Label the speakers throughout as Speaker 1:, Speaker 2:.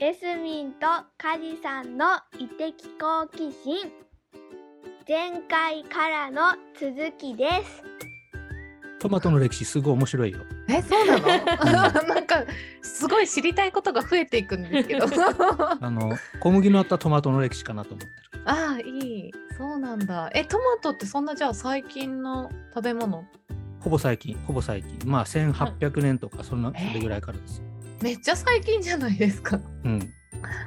Speaker 1: リンとカジさんの異的好奇心前回からの続きです
Speaker 2: トマトの歴史すごい面白いよ。
Speaker 3: えそうなの なんかすごい知りたいことが増えていくんですけ どあ
Speaker 2: あの小麦のあったトマトの歴史かなと思ってる。
Speaker 3: あいいそうなんだえトマトってそんなじゃあ最近の食べ物
Speaker 2: ほぼ最近、ほぼ最近。まあ1800年とかそんなそれぐらいからですよ。
Speaker 3: めっちゃ最近じゃないですか
Speaker 2: うん。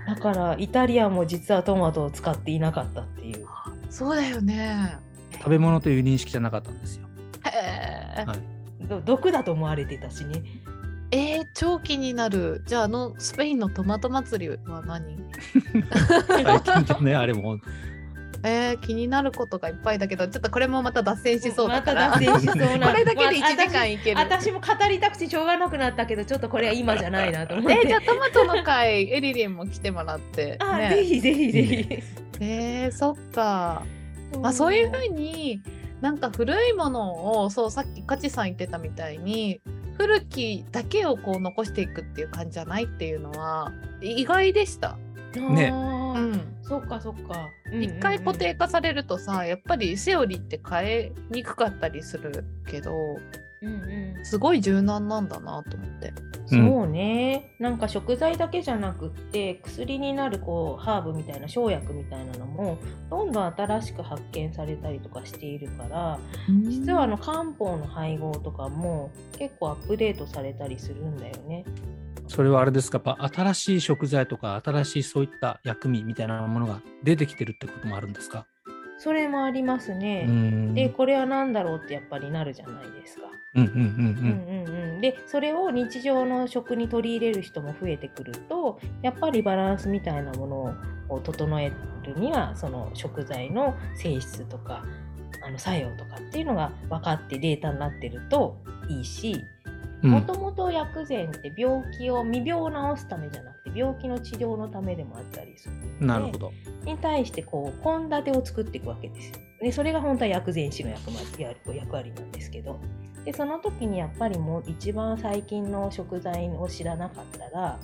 Speaker 4: だからイタリアンも実はトマトを使っていなかったっていう
Speaker 3: そうだよね
Speaker 2: 食べ物という認識じゃなかったんですよ。
Speaker 3: へー
Speaker 2: はい
Speaker 4: ど毒だと思われてたしね
Speaker 3: えー、超気になるじゃああのスペインのトマト祭りは何
Speaker 2: 最近じゃね、あれも。
Speaker 3: えー、気になることがいっぱいだけどちょっとこれもまた脱線しそうだ
Speaker 4: ま
Speaker 3: か
Speaker 4: た
Speaker 3: ら、
Speaker 4: 脱線しそうな
Speaker 3: これだけで1時
Speaker 4: まあ
Speaker 3: 間いける、
Speaker 4: 私私も語りたくてしょうがなくなったけどちょっとこれは今じゃないなと思っ
Speaker 3: え
Speaker 4: て
Speaker 3: ー、じゃあトマトの会エリリンも来てもらって、
Speaker 4: あ、
Speaker 3: ね
Speaker 4: ぜひぜひぜひ、
Speaker 2: いい
Speaker 3: えー、そっか、まあ、そういうふうになんか古いものをそうさっきカチさん言ってたみたいに古きだけをこう残していくっていう感じじゃないっていうのは意外でした。
Speaker 2: ね
Speaker 4: あ
Speaker 3: う
Speaker 4: ー
Speaker 3: ん
Speaker 4: そっかそっか
Speaker 3: 一回固定化されるとさやっぱりセオリーって変えにくかったりするけど
Speaker 4: うんうん
Speaker 3: すごい柔軟なんだなと思って
Speaker 2: うん
Speaker 4: そうね、なんか食材だけじゃなくって薬になるこうハーブみたいな生薬みたいなのもどんどん新しく発見されたりとかしているから実はあの漢方の配合とかも結構アップデートされたりするんだよね。
Speaker 2: それはあれですか、やっぱ新しい食材とか新しいそういった薬味みたいなものが出てきてるってこともあるんですか。
Speaker 4: それもあります
Speaker 2: う
Speaker 4: ね。
Speaker 2: ん。
Speaker 4: でこれは何だろうってやっぱりなるじゃないですか。
Speaker 2: うんうん
Speaker 4: うんうんうん、でそれを日常の食に取り入れる人も増えてくるとやっぱりバランスみたいなものを整えるにはその食材の性質とかあの作用とかっていうのが分かってデータになってるといいし
Speaker 2: うんうん。う
Speaker 4: も
Speaker 2: ん
Speaker 4: ともと薬膳って病気を未病を治すためじゃなくて病気の治療のためでもあったりする
Speaker 2: なるほど。
Speaker 4: に対してこう献立を作っていくわけですよ。でそれが本当は薬膳師の役割役役割なんですけどでその時にやっぱりもう一番最近の食材を知らなかったら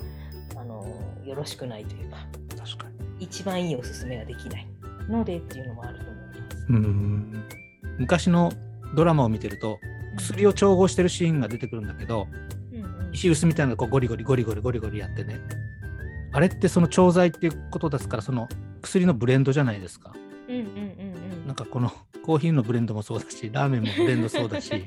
Speaker 4: あのよろしくないというか
Speaker 2: 確かに。
Speaker 4: 一番いいおすすめができないのでっていうのもあると思います。
Speaker 2: うん。昔のドラマを見てると、薬を調合してるシーンが出てくるんだけど、
Speaker 4: うんうん
Speaker 2: 石臼みたいなのがこうゴリゴリゴリゴリゴリゴリやってねあれってその調剤っていうことですからその薬のブレンドじゃないですか
Speaker 4: うんうんうんうん
Speaker 2: なんかこの コーヒーのブレンドもそうだしラーメンも ブレンドそうだし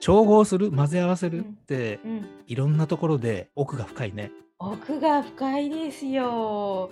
Speaker 2: 調合する混ぜ合わせるって
Speaker 4: うん
Speaker 2: いろんなところで奥が深いね
Speaker 4: 奥が深いですよ。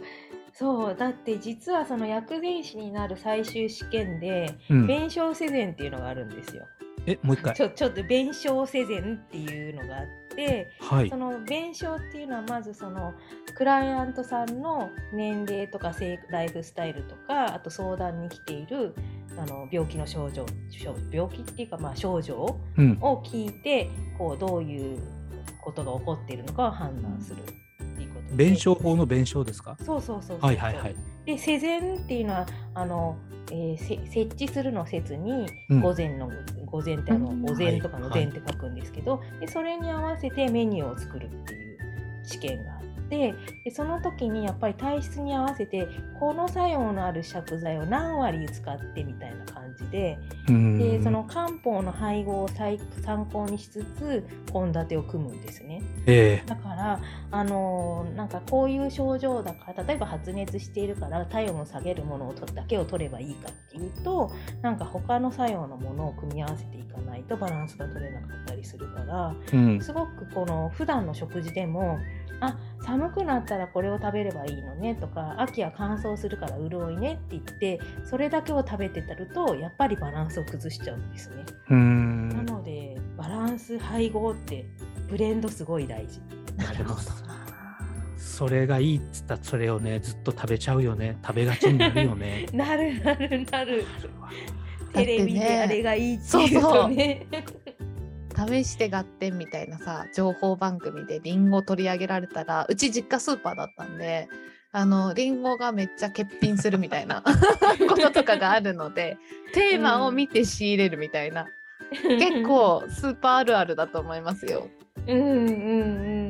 Speaker 4: そうだって実はその薬膳師になる最終試験で
Speaker 2: うん
Speaker 4: 弁償せ膳っていうのがあるんですよ。
Speaker 2: えもう一回
Speaker 4: ちょちょっと弁償せ膳っていうのがあって、
Speaker 2: はい
Speaker 4: その弁償っていうのはまずそのクライアントさんの年齢とか性ライフスタイルとかあと相談に来ているあの病気の症状症病気っていうかまあ症状
Speaker 2: うん
Speaker 4: を聞いてこうどういうことが起こっているのかを判断するっていうことで
Speaker 2: 弁償法の弁償ですか
Speaker 4: そうそうそうそう
Speaker 2: はいはいはい
Speaker 4: で「世前」っていうのはあの、えーせ設置するの説に
Speaker 2: うん
Speaker 4: 午前の午前ってあの
Speaker 3: うん
Speaker 2: は
Speaker 4: お
Speaker 2: い
Speaker 4: 膳とかの
Speaker 2: はい
Speaker 4: 膳って書くんですけど、でそれに合わせてメニューを作るっていう試験があってでその時にやっぱり体質に合わせてこの作用のある食材を何割使ってみたいな感じで
Speaker 2: うん
Speaker 4: でその漢方の配合を参参考にしつつ献立を組むんですね。
Speaker 2: え
Speaker 4: だから、あのーなんかこういう症状だから例えば発熱しているから体温を下げるものをとだけを取ればいいかっていうとなんか他の作用のものを組み合わせていかないとバランスが取れなかったりするから
Speaker 2: えうん
Speaker 4: すごくこの普段の食事でもあ寒くなったらこれを食べればいいのねとか秋は乾燥するから潤いねって言ってそれだけを食べてたるとやっぱりバランスを崩しちゃうんですね。
Speaker 2: うん
Speaker 4: なのでバランス配合ってブレンドすごい大事。
Speaker 2: なるほどそれがいいっつったらそれをねずっと食べちゃうよね食べがちになるよね
Speaker 4: なるなるな
Speaker 3: だっ
Speaker 4: る。
Speaker 3: てね
Speaker 4: テレビであれがいいっていう
Speaker 3: そうそ
Speaker 4: と
Speaker 3: う
Speaker 4: ね。
Speaker 3: 試して合点みたいなさ情報番組でリンゴ取り上げられたらうち実家スーパーだったんであのリンゴがめっちゃ欠品するみたいな こととかがあるのでテーマを見て仕入れるみたいな、 結。構スーパーあるあるだと思いますよ。
Speaker 4: うんうんう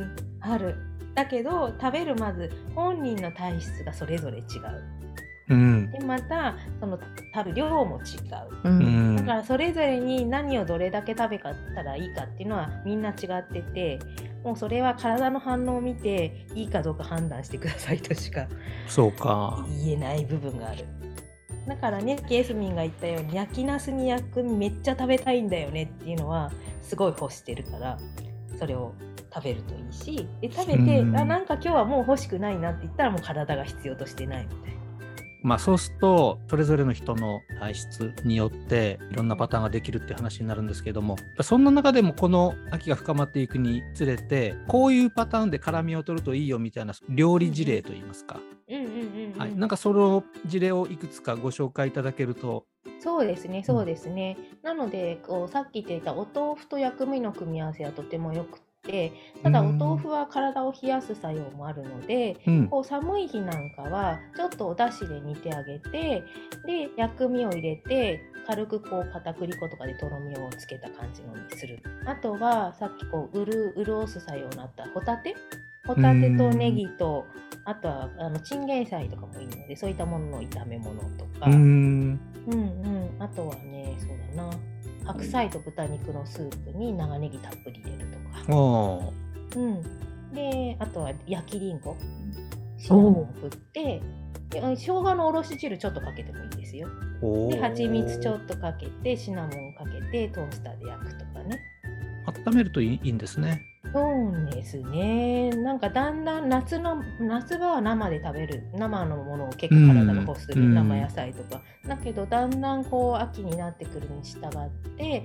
Speaker 4: ん。ある。だけど食べるまず本人の体質がそれぞれ違う
Speaker 2: うん。
Speaker 4: でまたその食べる量も違う
Speaker 3: う
Speaker 2: うん
Speaker 4: だか
Speaker 2: ん。
Speaker 4: らそれぞれに何をどれだけ食べたらいいかっていうのはみんな違っててもうそれは体の反応を見ていいかどうか判断してくださいとしか
Speaker 2: そうか。
Speaker 4: 言えない部分があるだからねケースミンが言ったように焼きなすに薬味めっちゃ食べたいんだよねっていうのはすごい欲してるからそれを食べるといいしで食べて、
Speaker 2: うん
Speaker 4: あなんか今日はもう欲しくないなって言ったらもう体が必要としてないみたいな
Speaker 2: まあそうすると、それぞれの人の体質によっていろんなパターンができるって話になるんですけども、そんな中でもこの秋が深まっていくにつれて、こういうパターンで辛みを取るといいよみたいな料理事例といいますか、
Speaker 4: うんうんうん、うん
Speaker 2: はい、なんかその事例をいくつかご紹介いただけると、
Speaker 4: そうですね、そうですね。なので、こうさっき言っていたお豆腐と薬味の組み合わせはとても良くて、ただ
Speaker 2: う
Speaker 4: お
Speaker 2: ん
Speaker 4: 豆腐は体を冷やす作用もあるので、
Speaker 2: うん、
Speaker 4: こう寒い日なんかはちょっとお出汁で煮てあげて、で薬味を入れて軽くこう片栗粉とかでとろみをつけた感じのにする。あとはさっきこううる潤す作用のあったホタテ。ホタテとネギとあとはあのチンゲン菜とかもいいのでそういったものの炒め物と
Speaker 2: う
Speaker 4: か、
Speaker 2: ん、
Speaker 4: うんうん、あとはねそうだな白菜と豚肉のスープに長ネギたっぷり入れるとか、
Speaker 2: おー
Speaker 4: うん、であとは焼きりんごシナ
Speaker 3: お
Speaker 4: モ
Speaker 3: う
Speaker 4: ンを振ってでうん生姜のおろし汁ちょっとかけてもいいですよ
Speaker 2: お
Speaker 4: で
Speaker 2: ー
Speaker 4: 蜂蜜ちょっとかけてシナモンかけてトースターで焼くとかね
Speaker 2: 温めるといいいいんですね。
Speaker 4: そうですねなんかだんだん夏の夏場は生で食べる生のものを結構体が欲する、
Speaker 2: うん
Speaker 4: 生野菜とかだけどだんだんこう秋になってくるに従って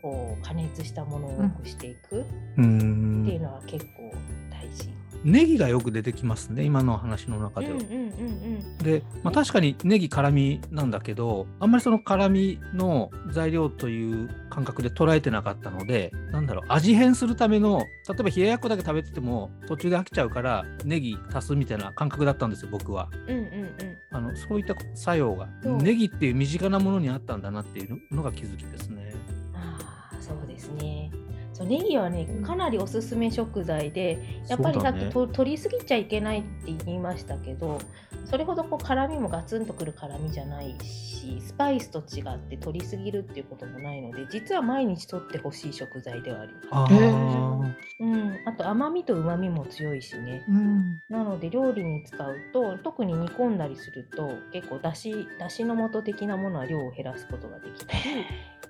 Speaker 4: こう加熱したものを多くしていく
Speaker 2: う
Speaker 4: っていうんのは結構大事、
Speaker 2: ネギがよく出てきますね今のお話の中
Speaker 4: うん、
Speaker 2: で
Speaker 4: うん
Speaker 2: は
Speaker 4: うん。うん
Speaker 2: で、まあ、確かにネギ辛みなんだけどあんまりその辛みの材料という感覚で捉えてなかったのでなんだろう味変するための例えば冷ややっこだけ食べてても途中で飽きちゃうからネギ足すみたいな感覚だったんですよ僕は
Speaker 4: うんうんうん
Speaker 2: あのそういった作用が
Speaker 4: そう
Speaker 2: ネギっていう身近なものにあったんだなっていうのが気づきですね。
Speaker 4: あーそうですねそうネギはねかなりおすすめ食材でやっぱり
Speaker 2: そう
Speaker 4: さ
Speaker 2: だ
Speaker 4: っき、
Speaker 2: ね
Speaker 4: と取りすぎちゃいけないって言いましたけどそれほどこう辛みもガツンとくる辛みじゃないしスパイスと違って取りすぎるっていうこともないので実は毎日取ってほしい食材ではあります。
Speaker 2: あー
Speaker 4: うん、あと甘みと旨みも強いしね
Speaker 3: うん
Speaker 4: なので料理に使うと特に煮込んだりすると結構だしだしの素的なものは量を減らすことがで きたり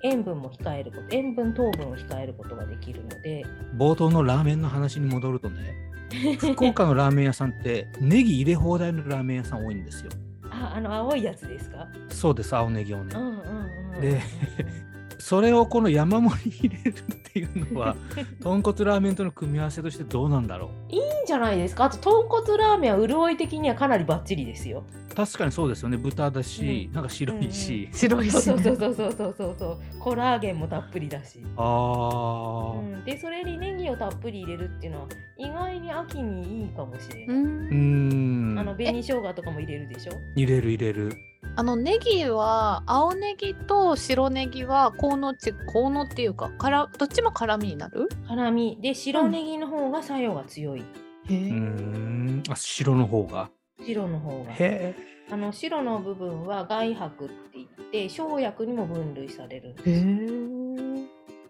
Speaker 4: 塩分も控えること塩分糖分を控えることができるので
Speaker 2: 冒頭のラーメンの話に戻ると ね福岡のラーメン屋さんってネギ入れ放題のラーメン屋さん多いんですよ。
Speaker 4: ああの青いやつですか
Speaker 2: そうです青ネギをね。
Speaker 4: うんうんうん
Speaker 2: でそれをこの山盛りに入れるっていうのは 豚骨ラーメンとの組み合わせとしてどうなんだろ
Speaker 4: いいんじゃないですかあと豚骨ラーメンは潤い的にはかなりバッチリですよ
Speaker 2: う確かにそうですよね豚だし、なんか白いし、
Speaker 3: 白い
Speaker 4: そう
Speaker 3: し
Speaker 4: そう
Speaker 3: ね
Speaker 4: そうそうそうそうそうコラーゲンもたっぷりだし、
Speaker 2: あ
Speaker 4: う
Speaker 2: ー
Speaker 4: ん、でそれにネギをたっぷり入れるっていうのは意外に秋にいいかもしれ
Speaker 3: う
Speaker 4: ない、
Speaker 2: うんん
Speaker 4: あの紅生姜とかも入れるでしょ
Speaker 2: 入れる入れる
Speaker 3: あのネギは青ネギと白ネギは効能ち効能っていうかからどっちも辛みになる
Speaker 4: 辛みで白ネギの方が作用が強い、
Speaker 3: へ
Speaker 2: うー
Speaker 3: え
Speaker 2: んあ白の方が
Speaker 4: 白の方が
Speaker 2: へ
Speaker 4: あの白の部分は外白って言って生薬にも分類されるんです
Speaker 3: へえ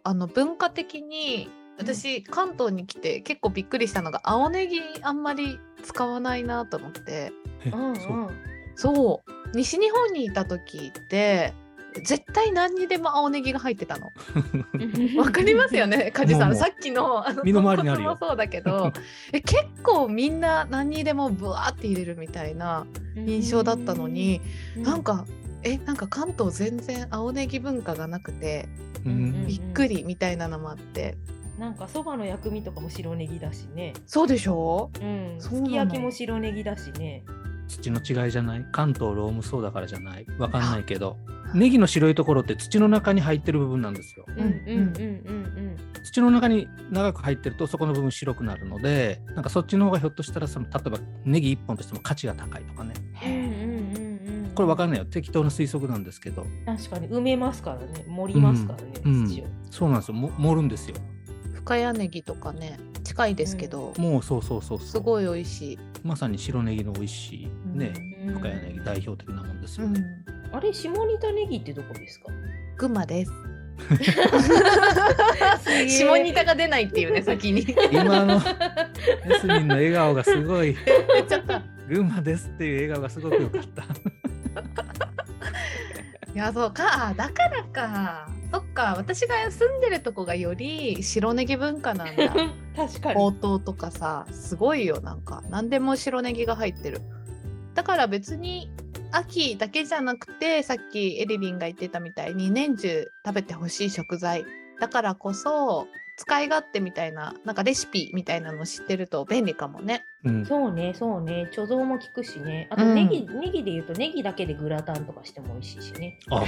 Speaker 3: あの文化的に私関東に来て結構びっくりしたのが青ネギあんまり使わないなと思って
Speaker 2: え
Speaker 4: うんうん
Speaker 2: そう
Speaker 3: そう西日本にいた時って絶対何にでも青ネギが入って たの わかりますよね梶さ
Speaker 2: も
Speaker 3: ん
Speaker 2: うもう
Speaker 3: さっきのあの
Speaker 2: 身の回りにあるよ
Speaker 3: 豚骨もそうだ けどえ結構みんな何にでもブワーって入れるみたいな印象だったのに、なんかえなんか関東全然青ネギ文化がなくて
Speaker 2: う
Speaker 4: うん
Speaker 2: ん
Speaker 3: びっくりみたいなのもあって、
Speaker 4: なんかそばの薬味とかも白ネギだしね、
Speaker 3: そうでしょ
Speaker 4: うん、
Speaker 3: そうな
Speaker 4: す
Speaker 3: の
Speaker 4: き焼きも白ネギだしね
Speaker 2: 土の違いじゃない関東ロームそうだからじゃないわかんないけどネギの白いところって土の中に入ってる部分なんですよ
Speaker 4: うん
Speaker 3: ん
Speaker 4: うんうん
Speaker 2: 土の中に長く入ってるとそこの部分白くなるのでなんかそっちの方がひょっとしたらその例えばネギ1本としても価値が高いとかね
Speaker 4: うんうんうんうんうん
Speaker 2: これ分か
Speaker 4: ん
Speaker 2: んないよ適当な推測なんですけど
Speaker 4: 確かに埋めますからね盛りますからね、
Speaker 2: うん
Speaker 4: 土を、
Speaker 2: そうなんですよも盛るんですよ
Speaker 3: 深谷ネギとかね近いですけど、
Speaker 2: もうそうそうそうそう
Speaker 3: すごい美味しい。
Speaker 2: まさに白ネギの美味しいね、
Speaker 4: うん
Speaker 2: 深谷ネギ代表的なもんです
Speaker 3: う
Speaker 2: よ
Speaker 3: ん、
Speaker 2: ね、
Speaker 4: あれ下仁田ネギってどこですか
Speaker 3: 群馬です。
Speaker 4: げ え
Speaker 3: 下仁田が出ないって いうね、先に。言
Speaker 2: 今 のエスミンの笑顔がすごい
Speaker 3: っちゃった。い
Speaker 2: 群馬ですっていう笑顔がすごく良かった
Speaker 3: や、そうか、だからか。そっか、私が住んでるとこがより白ネギ文化なんだ。
Speaker 4: 確か
Speaker 3: ほ
Speaker 4: に
Speaker 3: うとうとかさ、すごいよ、なんか、何でも白ネギが入ってる。だから別に秋だけじゃなくて、さっきエリリンが言ってたみたいに、年中食べてほしい食材。だからこそ、使い勝手みたいな、なんかレシピみたいなの知ってると便利かもね。
Speaker 2: うん
Speaker 4: そうねそうね貯蔵も効くしねあと
Speaker 3: うん
Speaker 4: ネギ、ネギで言うとネギだけでグラタンとかしても美味しいしね
Speaker 2: あ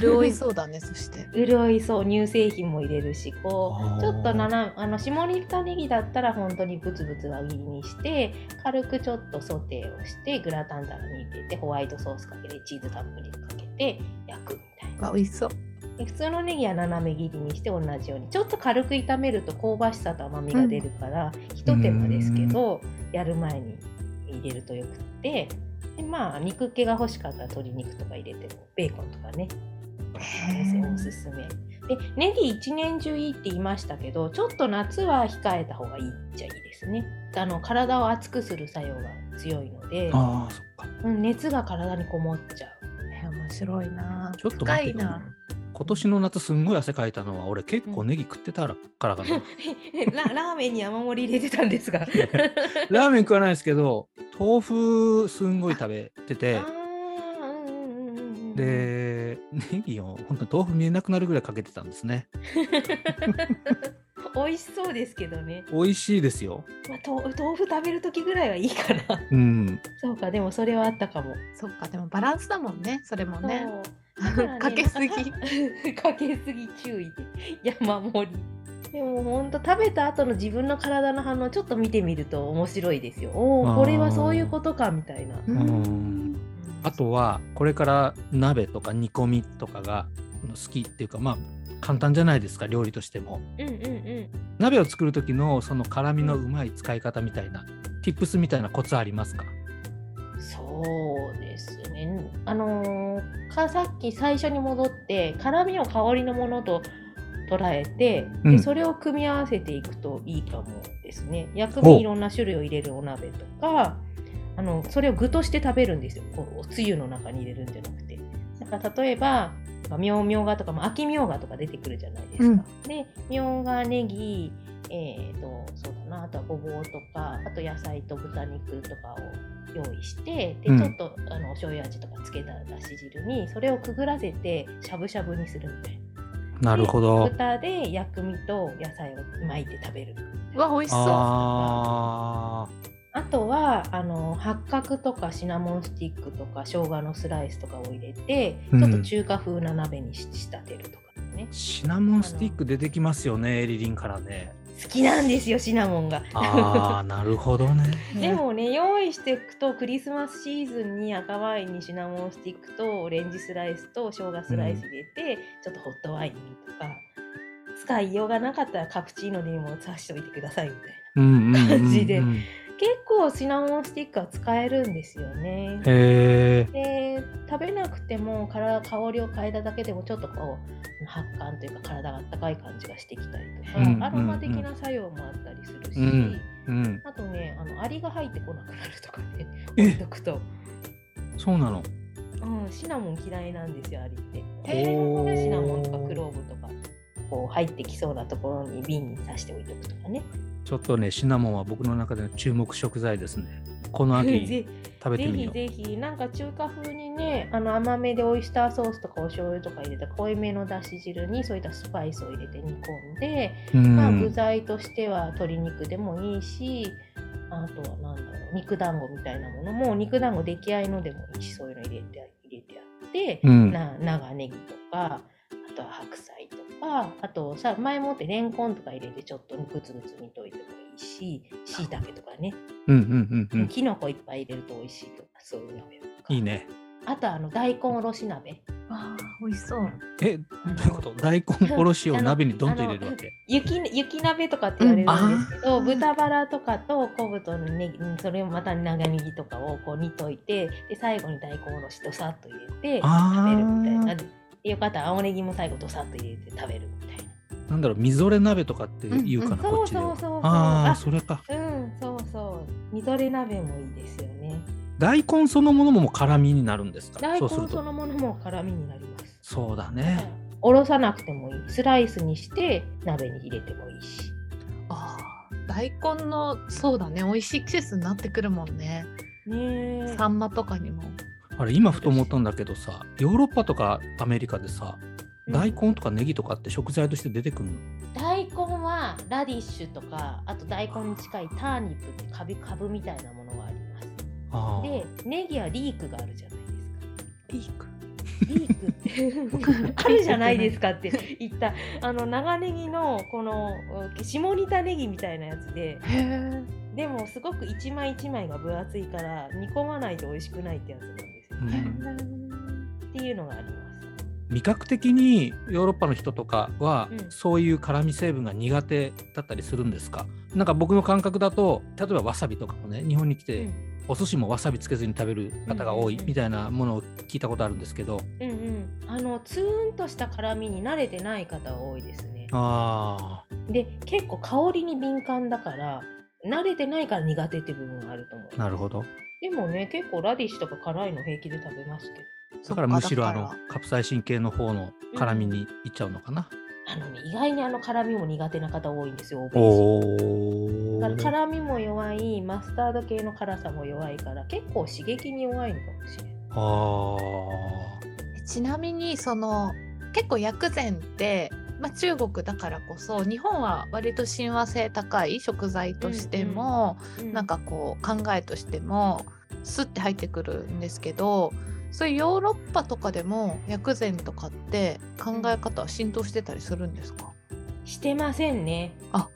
Speaker 3: 潤いそうだ ね、そして。
Speaker 4: 潤いそう乳製品も入れるしこ
Speaker 2: あー
Speaker 4: うちょっと斜めあの下仁田ネギだったら本当にブツブツ輪切りにして軽くちょっとソテーをしてグラタン皿に入れてホワイトソースかけてチーズたっぷりかけて焼くみたいな
Speaker 3: わ、美味しそう。
Speaker 4: で普通のネギは斜め切りにして同じようにちょっと軽く炒めると香ばしさと甘みが出るから、ひと手間ですけどやる前に入れるとよくってでまあ肉気が欲しかったら鶏肉とか入れてもベーコンとかね
Speaker 3: へー
Speaker 4: おすすめでネギ一年中いいって言いましたけどちょっと夏は控えた方がいいっちゃいいですねあの体を熱くする作用が強いので、
Speaker 2: あーそっか
Speaker 4: うん、熱が体にこもっちゃう
Speaker 3: え面白いな。
Speaker 2: ちょっと待って
Speaker 3: 深いな。
Speaker 2: 今年の夏すんごい汗かいたのは俺結構ネギ食ってたからかな
Speaker 4: ララーメンに山盛り入れてたんで すが
Speaker 2: ラーメン食わないですけど豆腐すんごい食べてて
Speaker 4: あーうんうんうんうん
Speaker 2: でネギを本当に豆腐見えなくなるぐらいかけてたんですね
Speaker 4: 美味しそうですけどね、
Speaker 2: 美味しいですよ
Speaker 4: まあ、と豆腐食べる時ぐらいはいいかな
Speaker 2: うん
Speaker 4: そうかでもそれはあったかも
Speaker 3: そっか、でもバランスだもんね、それもね。
Speaker 4: そうだらね
Speaker 3: かけすぎ。
Speaker 4: かけすぎ注意山盛りでもほんと食べた後の自分の体の反応ちょっと見てみると面白いですよお
Speaker 2: あ
Speaker 4: お
Speaker 2: ー
Speaker 4: これはそういうことかみたいな
Speaker 3: う
Speaker 2: うんんあとはこれから鍋とか煮込みとかが好きっていうかまあ簡単じゃないですか料理としても
Speaker 4: うんうんうん
Speaker 2: 鍋を作る時のその辛みのうまい使い方みたいな tips みたいなコツありますか
Speaker 4: そうですね。あのーかさっき最初に戻って辛みを香りのものと捉えて、
Speaker 2: うん
Speaker 4: でそれを組み合わせていくといいかもですね。薬
Speaker 2: ほう
Speaker 4: 味いろんな種類を入れるお鍋とかあのそれを具として食べるんですよ。こうおつゆの中に入れるんじゃなくて。なんか例えばまあみょうみょうがとか、まあ、秋みょうがとか出てくるじゃないですか。
Speaker 3: うん
Speaker 4: でみょうがネギえー、とそうだなあとはごぼうとかあと野菜と豚肉とかを用意してでち
Speaker 2: うん
Speaker 4: ょっと、あの醤油味とかつけただし汁にそれをくぐらせてしゃぶしゃぶにするみたいな
Speaker 2: なるほど
Speaker 4: で豚で薬味と野菜を巻いて食べる
Speaker 3: うわ、美味しそう。
Speaker 2: あ
Speaker 4: あとはあの八角とかシナモンスティックとか生姜のスライスとかを入れて
Speaker 2: うん
Speaker 4: ちょっと中華風な鍋にし仕立てるとかね
Speaker 2: ーシナモンスティック出てきますよねエリリンからね
Speaker 4: 好きなんですよシナモンが
Speaker 2: ああなるほどね
Speaker 4: でもね用意していくとクリスマスシーズンに赤ワインにシナモンスティックとオレンジスライスと生姜スライス入れて、ちょっとホットワインとか使いようがなかったらカプチーノでも刺しておいてくださいみたいな
Speaker 2: うんうんうん、うん、
Speaker 4: 感じで
Speaker 2: へ
Speaker 4: 結構シナモンスティックは使えるんですよね
Speaker 2: え
Speaker 4: で食べなくても体香りを変えただけでもちょっとこう発汗というか体が温かい感じがしてきたりとか、
Speaker 2: うんうんうん
Speaker 4: アロマ的な作用もあったりするし、
Speaker 2: うんうん
Speaker 4: あとねあのアリが入ってこなくなるとかね
Speaker 2: え
Speaker 4: 置いとくと。
Speaker 2: そうなの
Speaker 4: うん、シナモン嫌いなんですよアリって。
Speaker 2: へー
Speaker 4: シナモンとかクローブとかこう入ってきそうなところに瓶に刺しておいておくとかね。
Speaker 2: ちょっとねシナモンは僕の中での注目食材ですねこの秋
Speaker 4: ぜ
Speaker 2: 食べて
Speaker 4: ぜ
Speaker 2: み
Speaker 4: ひ
Speaker 2: よう
Speaker 4: ぜひなんか中華風にねあの甘めでオイスターソースとかお醤油とか入れた濃いめのだし汁にそういったスパイスを入れて煮込んで、
Speaker 2: うん
Speaker 4: まあ、具材としては鶏肉でもいいしあとはなんだろう肉団子みたいなものも肉団子出来合いのでもいいしそういうの入れて入れてあって、
Speaker 2: うん
Speaker 4: な長ネギとかあとは白菜とかあとさ前もってレンコンとか入れてちょっとグツグツ煮といてもいいししいたけとかね、
Speaker 2: うんうんうんうん
Speaker 4: きのこいっぱい入れると美味しいとかそういう鍋とか
Speaker 2: いいね
Speaker 4: あとあの大根おろし鍋
Speaker 3: あー美味しそう。
Speaker 2: え、どういうこと大根おろしを鍋にドンと入れる わけ。
Speaker 4: 雪雪鍋とかって言われるんですけど、
Speaker 3: うんあー
Speaker 4: 豚バラとかと昆布とねぎうんそれをまた長ネギとかをこう煮といてで最後に大根おろしとさっと入れて食
Speaker 2: あ
Speaker 4: べるみたいな
Speaker 2: ー
Speaker 4: でよかったら青ネギも最後どさっと入れて食べるみたいな
Speaker 2: なんだろう、みぞれ鍋とかって言うかな、
Speaker 4: うんうん
Speaker 2: こっちでは。
Speaker 4: そうそうそうそう
Speaker 2: ああ、
Speaker 4: あ
Speaker 2: それか。
Speaker 4: うんそうそうみぞれ鍋もいいですよね
Speaker 2: 大根そのものももう辛みになるんですか
Speaker 4: 大
Speaker 2: そ
Speaker 4: 根
Speaker 2: うする
Speaker 4: そ
Speaker 2: と。
Speaker 4: のものも辛みになります
Speaker 2: そうだ
Speaker 4: はい
Speaker 2: ね。
Speaker 4: おろさなくてもいいスライスにして鍋に入れてもいいし
Speaker 3: あー大根のそうだね美味しい季節になってくるもんね。
Speaker 4: ねえ
Speaker 3: サンマとかにも。
Speaker 2: あれ、今ふと思ったんだけどさ、ヨーロッパとかアメリカでさ、大根とかネギとかって食材として出てくるの
Speaker 4: 大根はラディッシュとかあと大根に近いターニップってカビカブみたいなものがあります
Speaker 2: ああ。
Speaker 4: でネギはリークがある じゃないです
Speaker 2: ピー
Speaker 4: か
Speaker 2: ク。
Speaker 4: リークってあるじゃないですかって言ったあの長ネギのこのうん下仁田ネギみたいなやつで
Speaker 3: へえ。
Speaker 4: でもすごく一枚一枚が分厚いから煮込まないと美味しくないってやつなんですよ
Speaker 2: う
Speaker 4: ね、
Speaker 2: ん
Speaker 4: っていうのがあります
Speaker 2: 味覚的にヨーロッパの人とかは、
Speaker 4: うん
Speaker 2: そういう辛味成分が苦手だったりするんですかなんか僕の感覚だと例えばわさびとかもね日本に来て、
Speaker 4: うん
Speaker 2: お寿司もわさびつけずに食べる方が多い
Speaker 4: うん
Speaker 2: みたいなものを聞いたことあるんですけど、
Speaker 4: うんうんあのツーンとした辛みに慣れてない方が多いですね
Speaker 2: あ
Speaker 4: で結構香りに敏感だから慣れてないから苦手って部分があると思
Speaker 2: あ
Speaker 4: う
Speaker 2: なるほど
Speaker 4: でもね結構ラディッシュとか辛いの平気で食べますけど
Speaker 2: だからむしろあ
Speaker 3: だ
Speaker 2: の
Speaker 3: から
Speaker 2: カプサイシン系の方の辛味にいっちゃうのかな、
Speaker 4: あのね意外にあの辛みも苦手な方多いんですよ欧米人
Speaker 2: お
Speaker 4: だから
Speaker 2: ー
Speaker 4: 辛みも弱いマスタード系の辛さも弱いから結構刺激に弱いのかもしれない
Speaker 2: あ
Speaker 3: ちなみにその結構薬膳って、まあ、中国だからこそ日本は割と親和性高い食材としても、なん、かこう考えとしてもスッて入ってくるんですけどそういうヨーロッパとかでも薬膳とかって考え方は浸透してたりするんですか、
Speaker 4: してませんね
Speaker 3: あ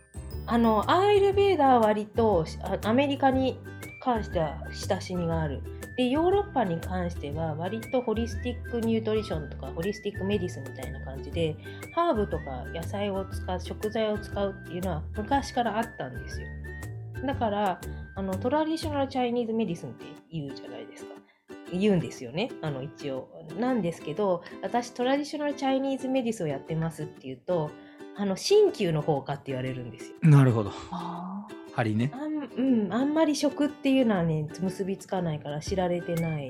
Speaker 4: あのアーユルベーダーは割とあアメリカに関しては親しみがあるでヨーロッパに関しては割とホリスティックニュートリションとかホリスティックメディスンみたいな感じでハーブとか野菜を使う食材を使うっていうのは昔からあったんですよだからあのトラディショナルチャイニーズメディスンって言うじゃないですか言うんですよねあの一応なんですけど私トラディショナルチャイニーズメディスンをやってますっていうとあの鍼灸の方かって言われるんですよ。
Speaker 2: ーなるほど
Speaker 3: あー
Speaker 2: 針ね
Speaker 4: あん,、うん、あんまり食っていうのはね結びつかないから知られてない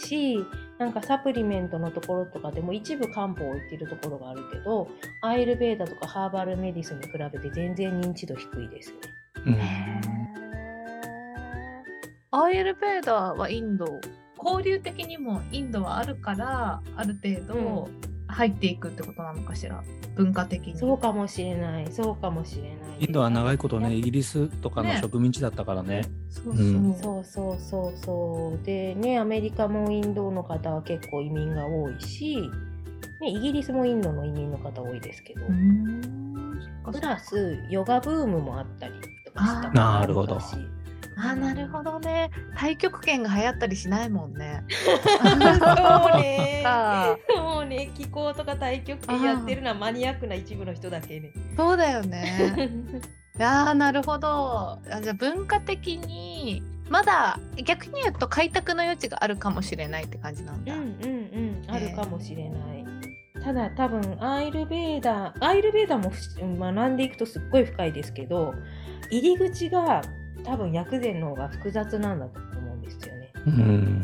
Speaker 4: しなんかサプリメントのところとかでも一部漢方を言ってるところがあるけどアイルベーダとかハーバルメディスンに比べて全然認知度低いですね。
Speaker 2: うん
Speaker 3: アーユルベーダーはインド交流的にもインドはあるからある程度入っていくってことなのかしら文化的に。
Speaker 4: そうかもしれないそうかもしれない。
Speaker 2: インドは長いことね
Speaker 4: やっ
Speaker 2: イギリスとかの
Speaker 3: ね
Speaker 2: 植民地だったからね
Speaker 3: そうそう
Speaker 2: うん
Speaker 4: そうそうそうそうでねアメリカもインドの方は結構移民が多いし、ね、イギリスもインドの移民の方多いですけど、
Speaker 3: うーんそっかそ
Speaker 4: プ
Speaker 3: っか
Speaker 4: ラスヨガブームもあったりとかし
Speaker 3: あ
Speaker 4: た
Speaker 3: ー
Speaker 4: から
Speaker 2: なるほど
Speaker 4: 昔
Speaker 3: あーなるほどね太極拳が流行ったりしないもんね。
Speaker 4: そうね
Speaker 3: あ
Speaker 4: そうね気候とか対極拳やってるのはマニアックな一部の人だけね
Speaker 3: ーそうだよね。ああなるほどあじゃあ文化的にまだ逆に言うと開拓の余地があるかもしれないって感じなん
Speaker 4: うんう
Speaker 3: だ、
Speaker 4: んうんあるかもしれない、ただ多分アイルベーダーアイルベーダーもふ学んでいくとすっごい深いですけど入り口が多分薬膳の方が複雑なんだと思うんですよね。
Speaker 2: うん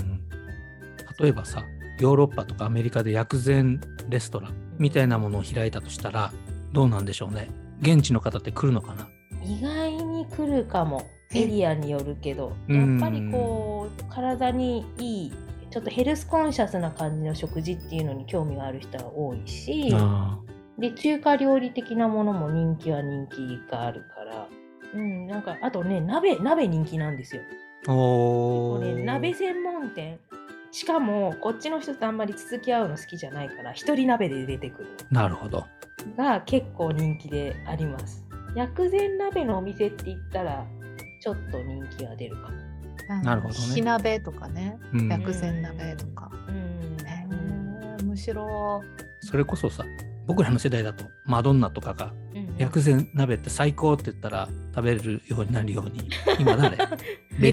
Speaker 2: 例えばさヨーロッパとかアメリカで薬膳レストランみたいなものを開いたとしたらどうなんでしょうね現地の方って来るのかな
Speaker 4: 意外に来るかも
Speaker 3: え
Speaker 4: エリアによるけど
Speaker 2: う
Speaker 4: や
Speaker 2: ん
Speaker 4: っぱりこう体にいいちょっとヘルスコンシャスな感じの食事っていうのに興味がある人は多いし
Speaker 2: あ
Speaker 4: で中華料理的なものも人気は人気があるから。うん、なんかあとね鍋鍋人気なんですよ
Speaker 2: あお
Speaker 4: これ
Speaker 2: ー
Speaker 4: 鍋専門店しかもこっちの人とあんまり続き合うの好きじゃないから一人鍋で出てくる
Speaker 2: なるほど
Speaker 4: のが結構人気であります薬膳鍋のお店って言ったらちょっと人気が出るかも
Speaker 3: うん
Speaker 2: なるほどね
Speaker 3: 火鍋とかね
Speaker 2: うん
Speaker 3: 薬膳鍋とか、
Speaker 4: うん
Speaker 3: へえ面白
Speaker 2: それこそさ僕らの世代だとマドンナとかが薬膳鍋って最高って言ったら食べれるようになるように今誰レ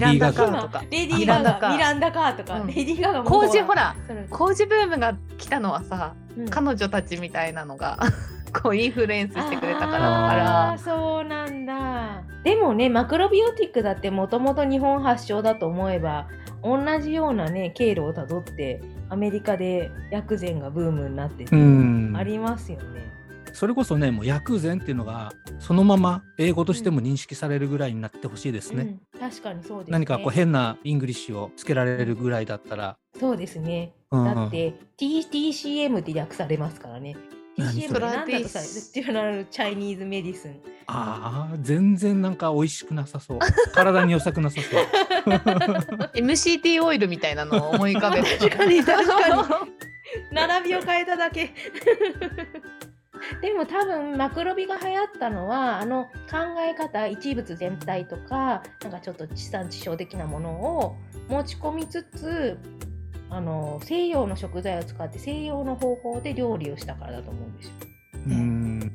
Speaker 2: ディー・ガ
Speaker 3: ミランダカ
Speaker 2: ガ
Speaker 3: ーと
Speaker 4: 今
Speaker 3: か
Speaker 4: レディー・ガガミ
Speaker 3: ミ
Speaker 4: ランダカーとか、
Speaker 3: うん
Speaker 4: レディー・ガガも
Speaker 3: 工事ほら
Speaker 4: それ
Speaker 3: 工事ブームが来たのはさ
Speaker 4: うん
Speaker 3: 彼女たちみたいなのが こうインフルエンスしてくれたからだか
Speaker 4: あーそうなんだでもねマクロビオティックだってもともと日本発祥だと思えば同じようなね経路をたどってアメリカで薬膳がブームになってて
Speaker 2: うん
Speaker 4: ありますよね。
Speaker 2: それこそねもう薬膳っていうのがそのまま英語としても認識されるぐらいになってほしいですね、
Speaker 4: うん確かにそうですね。
Speaker 2: 何かこう変なイングリッシュをつけられるぐらいだったら、
Speaker 4: そうですね。
Speaker 2: うん
Speaker 4: だって、T TCM って略されますからね。
Speaker 2: 何
Speaker 4: TCM って何だとさ、
Speaker 3: そ
Speaker 4: ジェラルチャイニーズメディスン。
Speaker 2: ああ全然なんか美味しくなさ そう体に良さくなさそう
Speaker 3: ら MCT オイルみたいなのを思い浮かべて
Speaker 4: 確かに確か並びを変えただけ。 でも多分マクロビが流行ったのはあの考え方一物全体とかなんかちょっと地産地消的なものを持ち込みつつあの西洋の食材を使って西洋の方法で料理をしたからだと思うんですよ。
Speaker 2: うん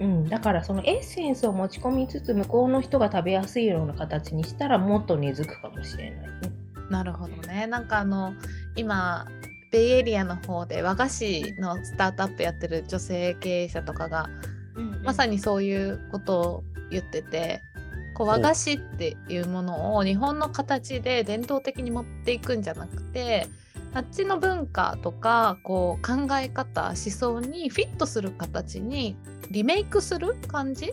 Speaker 4: うん、だからそのエッセンスを持ち込みつつ向こうの人が食べやすいような形にしたらもっと根付くかもしれないね。
Speaker 3: なるほどねなんかあの今ベイエリアの方で和菓子のスタートアップやってる女性経営者とかがまさ
Speaker 4: に
Speaker 3: にそういうことを言っててこう和菓子っていうものを日本の形で伝統的に持っていくんじゃなくてあっちの文化とかこう考え方思想にフィットする形にリメイクする感じ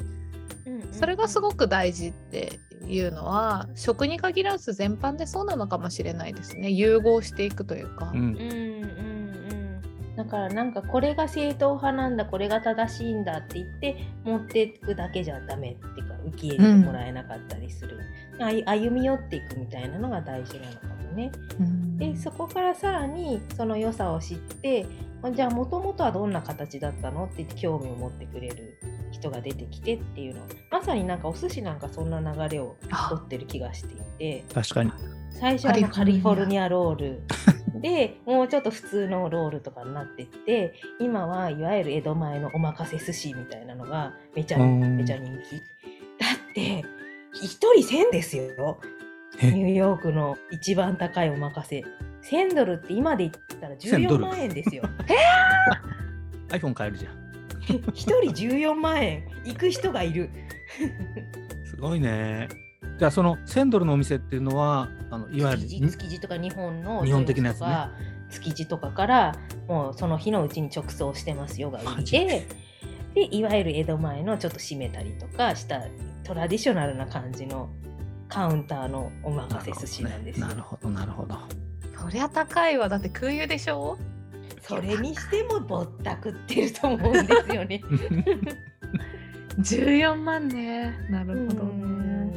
Speaker 3: それがす
Speaker 4: く
Speaker 3: ごく大事っていうのは食に限らず全般でそうなのかもしれないですね融合していくというか。
Speaker 2: うん
Speaker 4: うんうんうん、だからなんかこれが正統派なんだこれが正しいんだって言って持っていくだけじゃダメっていうか受け入れてもらえなかったりする、あい歩み寄っていくみたいなのが大事なのかもね。
Speaker 3: うん
Speaker 4: でそこからさらにその良さを知ってあじゃあもともとはどんな形だったのって言って興味を持ってくれる人が出てきてっていうのまさになんかお寿司なんかそんな流れを取ってる気がしていて。
Speaker 2: 確かに
Speaker 4: 最初はあのカ
Speaker 3: カリ
Speaker 4: リ
Speaker 3: フ
Speaker 4: フ
Speaker 3: ォ
Speaker 4: ォ
Speaker 3: ル
Speaker 4: ル
Speaker 3: ニ
Speaker 4: ニアロールでもうちょっと普通のロールとかになってって今はいわゆる江戸前のお任せ寿司みたいなのがめちゃ
Speaker 2: うん
Speaker 4: めちゃ人気だって一人1000ですよ
Speaker 2: え
Speaker 4: ニューヨークの一番高いお任せ1000ドルって今で言ったら
Speaker 2: 1000ド
Speaker 4: 14
Speaker 2: ル
Speaker 4: 万円ですよ
Speaker 2: iPhone 買えるじゃん
Speaker 4: 一人14万円行く人がいる
Speaker 2: すごいねじゃあその1000ドルのお店っていうのはあのいわゆ
Speaker 4: 築地
Speaker 2: る
Speaker 4: 築地とか日本の
Speaker 2: 日本的なやつね
Speaker 4: とか築地とかからもうその日のうちに直送してますよが売
Speaker 2: マ
Speaker 4: り
Speaker 2: ジ
Speaker 4: ででいわゆる江戸前のちょっと締めたりとかしたトラディショナルな感じのカウンターのお任せ寿司なんですよ、
Speaker 2: なるほどねなる ほどなるほど
Speaker 3: そりゃ高いわだって空輸でしょ
Speaker 4: それにしてもぼったくってると思うんですよね
Speaker 3: 14万ねな
Speaker 4: う
Speaker 3: るほどね。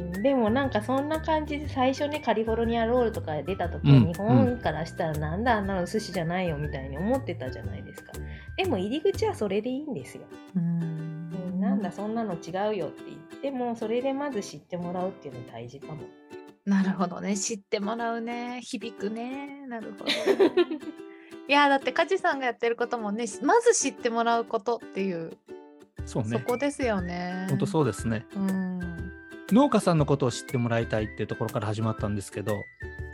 Speaker 4: んでもなんかそんな感じで最初ねカリフォルニアロールとか出た時、
Speaker 2: うん
Speaker 4: 日本からしたらなんだあんなの寿司じゃないよみたいに思ってたじゃないですかでも入り口はそれでいいんですよ
Speaker 3: うん
Speaker 4: うんなんだそんなの違うよって言ってもそれでまず知ってもらうっていうの大事かも。
Speaker 3: なるほどね知ってもらうね響くねなるほど いやだって梶さんがやってることもねしまず知ってもらうことっていう、
Speaker 2: そう
Speaker 3: そ
Speaker 2: ね
Speaker 3: こですよね
Speaker 2: 本当そうですね
Speaker 3: うん
Speaker 2: 農家さんのことを知ってもらいたいっていうところから始まったんですけどやっ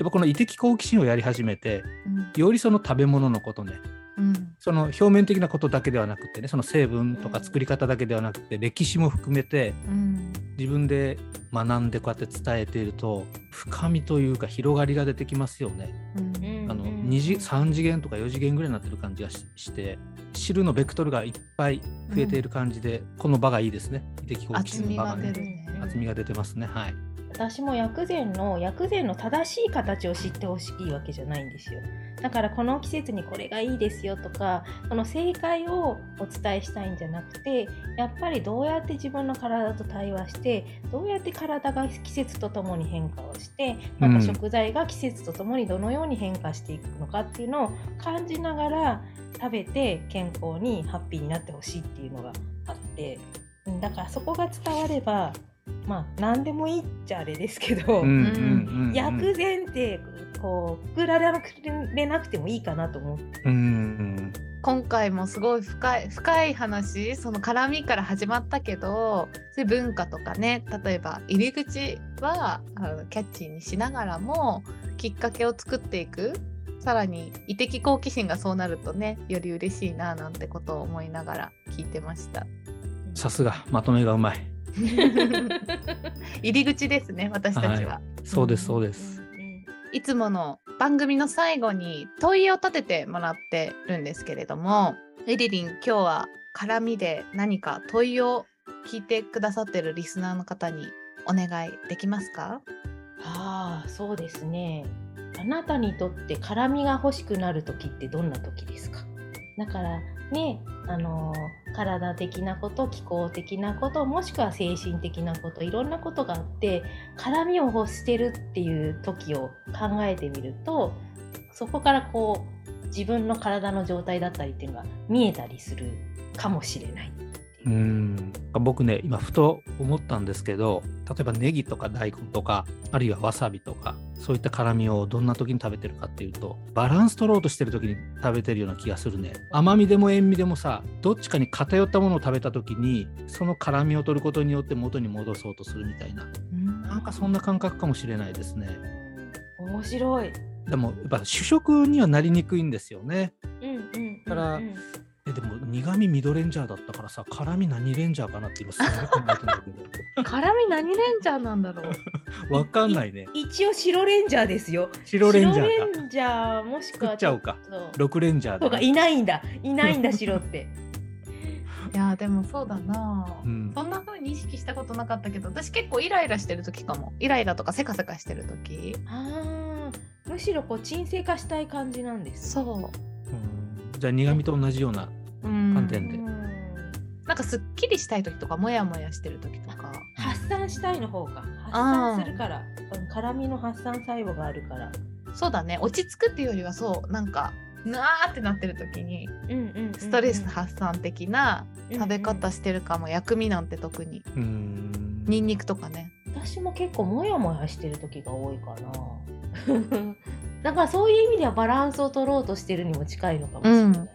Speaker 2: ぱこの遺的好奇心をやり始めて
Speaker 3: うん
Speaker 2: よりその食べ物のことね
Speaker 3: うん
Speaker 2: その表面的なことだけではなくてねその成分とか作り方だけではなくて、歴史も含めて
Speaker 3: うん
Speaker 2: 自分で学んでこうやって伝えていると深みというか広がりが出てきますよね。
Speaker 3: うん
Speaker 2: あの二次3次元とか4次元ぐらいになってる感じがしして知るのベクトルがいっぱい増えている感じで、この場がいいですね。遺的好奇
Speaker 3: 厚
Speaker 2: 心
Speaker 3: み
Speaker 2: の場
Speaker 3: が
Speaker 2: が
Speaker 3: 出
Speaker 2: ね
Speaker 3: るね
Speaker 4: うん
Speaker 2: 厚みが出てますね。はい、
Speaker 4: 私も薬膳の薬膳の正しい形を知ってほしいわけじゃないんですよだからこの季節にこれがいいですよとかその正解をお伝えしたいんじゃなくてやっぱりどうやって自分の体と対話してどうやって体が季節とともに変化をしてま
Speaker 2: う
Speaker 4: た
Speaker 2: ん
Speaker 4: 食材が季節とともにどのように変化していくのかっていうのを感じながら食べて健康にハッピーになってほしいっていうのがあってうんだからそこが伝わればまあ何でもいいっちゃあれですけど、
Speaker 2: うんうんうんうん
Speaker 4: 薬膳ってこうくられなくれなくてもいいかなと思って
Speaker 2: うん
Speaker 3: 今回もすごい深い深い話その絡みから始まったけどそういう文化とかね例えば入り口はあのキャッチーにしながらもきっかけを作っていくさらに異的好奇心がそうなるとねより嬉しいななんてことを思いながら聞いてました。
Speaker 2: さすがまとめがうまい
Speaker 3: 入り口ですね私たちは。
Speaker 2: そうですそうです、
Speaker 3: いつもの番組の最後に問いを立ててもらってるんですけれどもエリリン今日は絡みで何か問いを聞いてくださってるリスナーの方にお願いできますか
Speaker 4: ああそうですねあなたにとって辛みが欲しくなる時ってどんな時ですかだからねあのー体的なこと気候的なこともしくは精神的なこといろんなことがあって辛みを欲してるっていう時を考えてみるとそこからこう自分の体の状態だったりっていうのが見えたりするかもしれない。
Speaker 2: うん僕ね今ふと思ったんですけど例えばネギとか大根とかあるいはわさびとかそういった辛みをどんな時に食べてるかっていうとバランス取ろうとしてる時に食べてるような気がするね甘みでも塩味でもさどっちかに偏ったものを食べた時にその辛みを取ることによって元に戻そうとするみたいななんかそんな感覚かもしれないですね
Speaker 4: 面白い。
Speaker 2: でもやっぱ主食にはなりにくいんですよね
Speaker 4: うんうんうんうん
Speaker 2: からえでも苦味ミドレンジャーだったからさ辛味何レンジャーかなって今すごい考えてんだけど
Speaker 3: 辛み何レンジャーなんだろう
Speaker 2: わかんないね
Speaker 4: 一応白レンジャーですよ。
Speaker 2: 白レンジャ
Speaker 4: 白
Speaker 2: ー
Speaker 4: レ
Speaker 2: か
Speaker 4: ンジャーもしく
Speaker 2: 作
Speaker 4: は
Speaker 2: っちゃおうか
Speaker 4: ちょっと
Speaker 2: 六レンジャー
Speaker 4: そうか
Speaker 2: だ
Speaker 4: いないんだいないんだ白って。
Speaker 3: いやーでもそうだな、
Speaker 2: うん
Speaker 3: そんな風に意識したことなかったけど私結構イライラしてる時かもイライラとかせかせかしてる時
Speaker 4: ああむしろこう沈静化したい感じなんです。う。
Speaker 3: そ
Speaker 2: うんじゃあ苦味と同じような
Speaker 3: ううん
Speaker 2: 観点で
Speaker 3: なんかすっきりしたい時とかモヤモヤしてる時とか
Speaker 4: 発散したいの方が発散するからうん辛みの発散細胞があるから。
Speaker 3: そうだね落ち着くっていうよりはそうなんかなーってなってる時に
Speaker 4: うんうんうんうん
Speaker 3: ストレス発散的な食べ方
Speaker 4: うん
Speaker 3: してるかも、薬味なんて特に
Speaker 2: うん
Speaker 3: ニンニクとかね
Speaker 4: うん私も結構モヤモヤしてる時が多いかな。 だからそういう意味ではバランスを取ろうとしてるにも近いのかもしれない。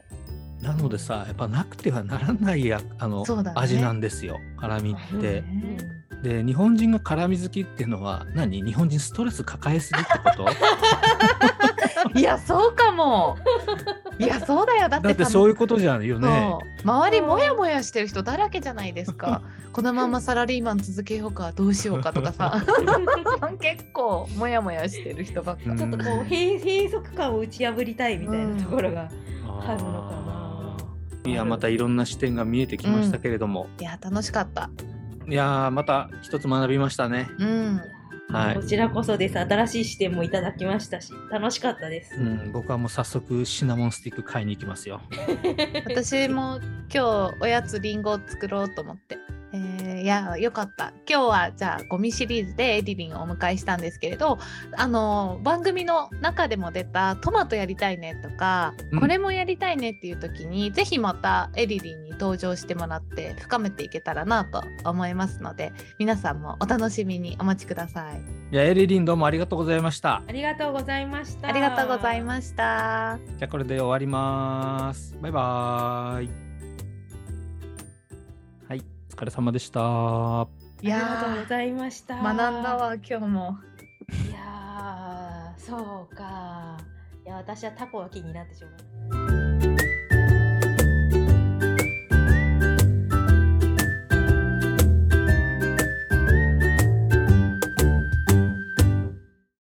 Speaker 2: なのでさやっぱなくてはならないやあの、
Speaker 3: そうだね
Speaker 2: 味なんですよ辛味って、
Speaker 4: うん
Speaker 2: で日本人が辛味好きっていうのは何日本人ストレス抱えすぎってこと
Speaker 3: いやそうかもいやそうだよだって
Speaker 2: だってそういう
Speaker 3: こ
Speaker 2: ことじゃんよね
Speaker 3: 周りモヤモヤしてる人だらけじゃないですかこのままサラリーマン続けようかどうしようかとかさ 結構モヤモヤしてる人ばっか、
Speaker 4: ちょっとこう閉 閉塞感を打ち破りたいみたいなところが、あるのかな
Speaker 2: あーいやまたいろんな視点が見えてきましたけれども、
Speaker 3: いや楽しかった
Speaker 2: いやーまた一つ学びましたね。
Speaker 3: うん
Speaker 2: はい
Speaker 4: こちらこそです新しい視点もいただきましたし楽しかったです、
Speaker 2: うん、僕はもう早速シナモンスティック買いに行きますよ。
Speaker 3: 私も今日おやつりんごを作ろうと思って、えーいやよかった今日はじゃあゴミシリーズでエリリンをお迎えしたんですけれどあのー番組の中でも出たトマトやりたいねとか、
Speaker 2: うん
Speaker 3: これもやりたいねっていう時にぜひまたエリリンに登場してもらって深めていけたらなと思いますので皆さんもお楽しみにお待ちください
Speaker 2: じゃあエリリンどうもありがとうございました。
Speaker 4: ありがとうございました
Speaker 3: ありがとうございました。
Speaker 2: じゃあこれで終わります。バイバーイ。はい、お疲れ様でした。
Speaker 3: い
Speaker 4: ありがとう
Speaker 3: や
Speaker 4: ございました
Speaker 3: ー学んだわ今日も。
Speaker 4: いやーそうかいや私はタコが気になってしょうがない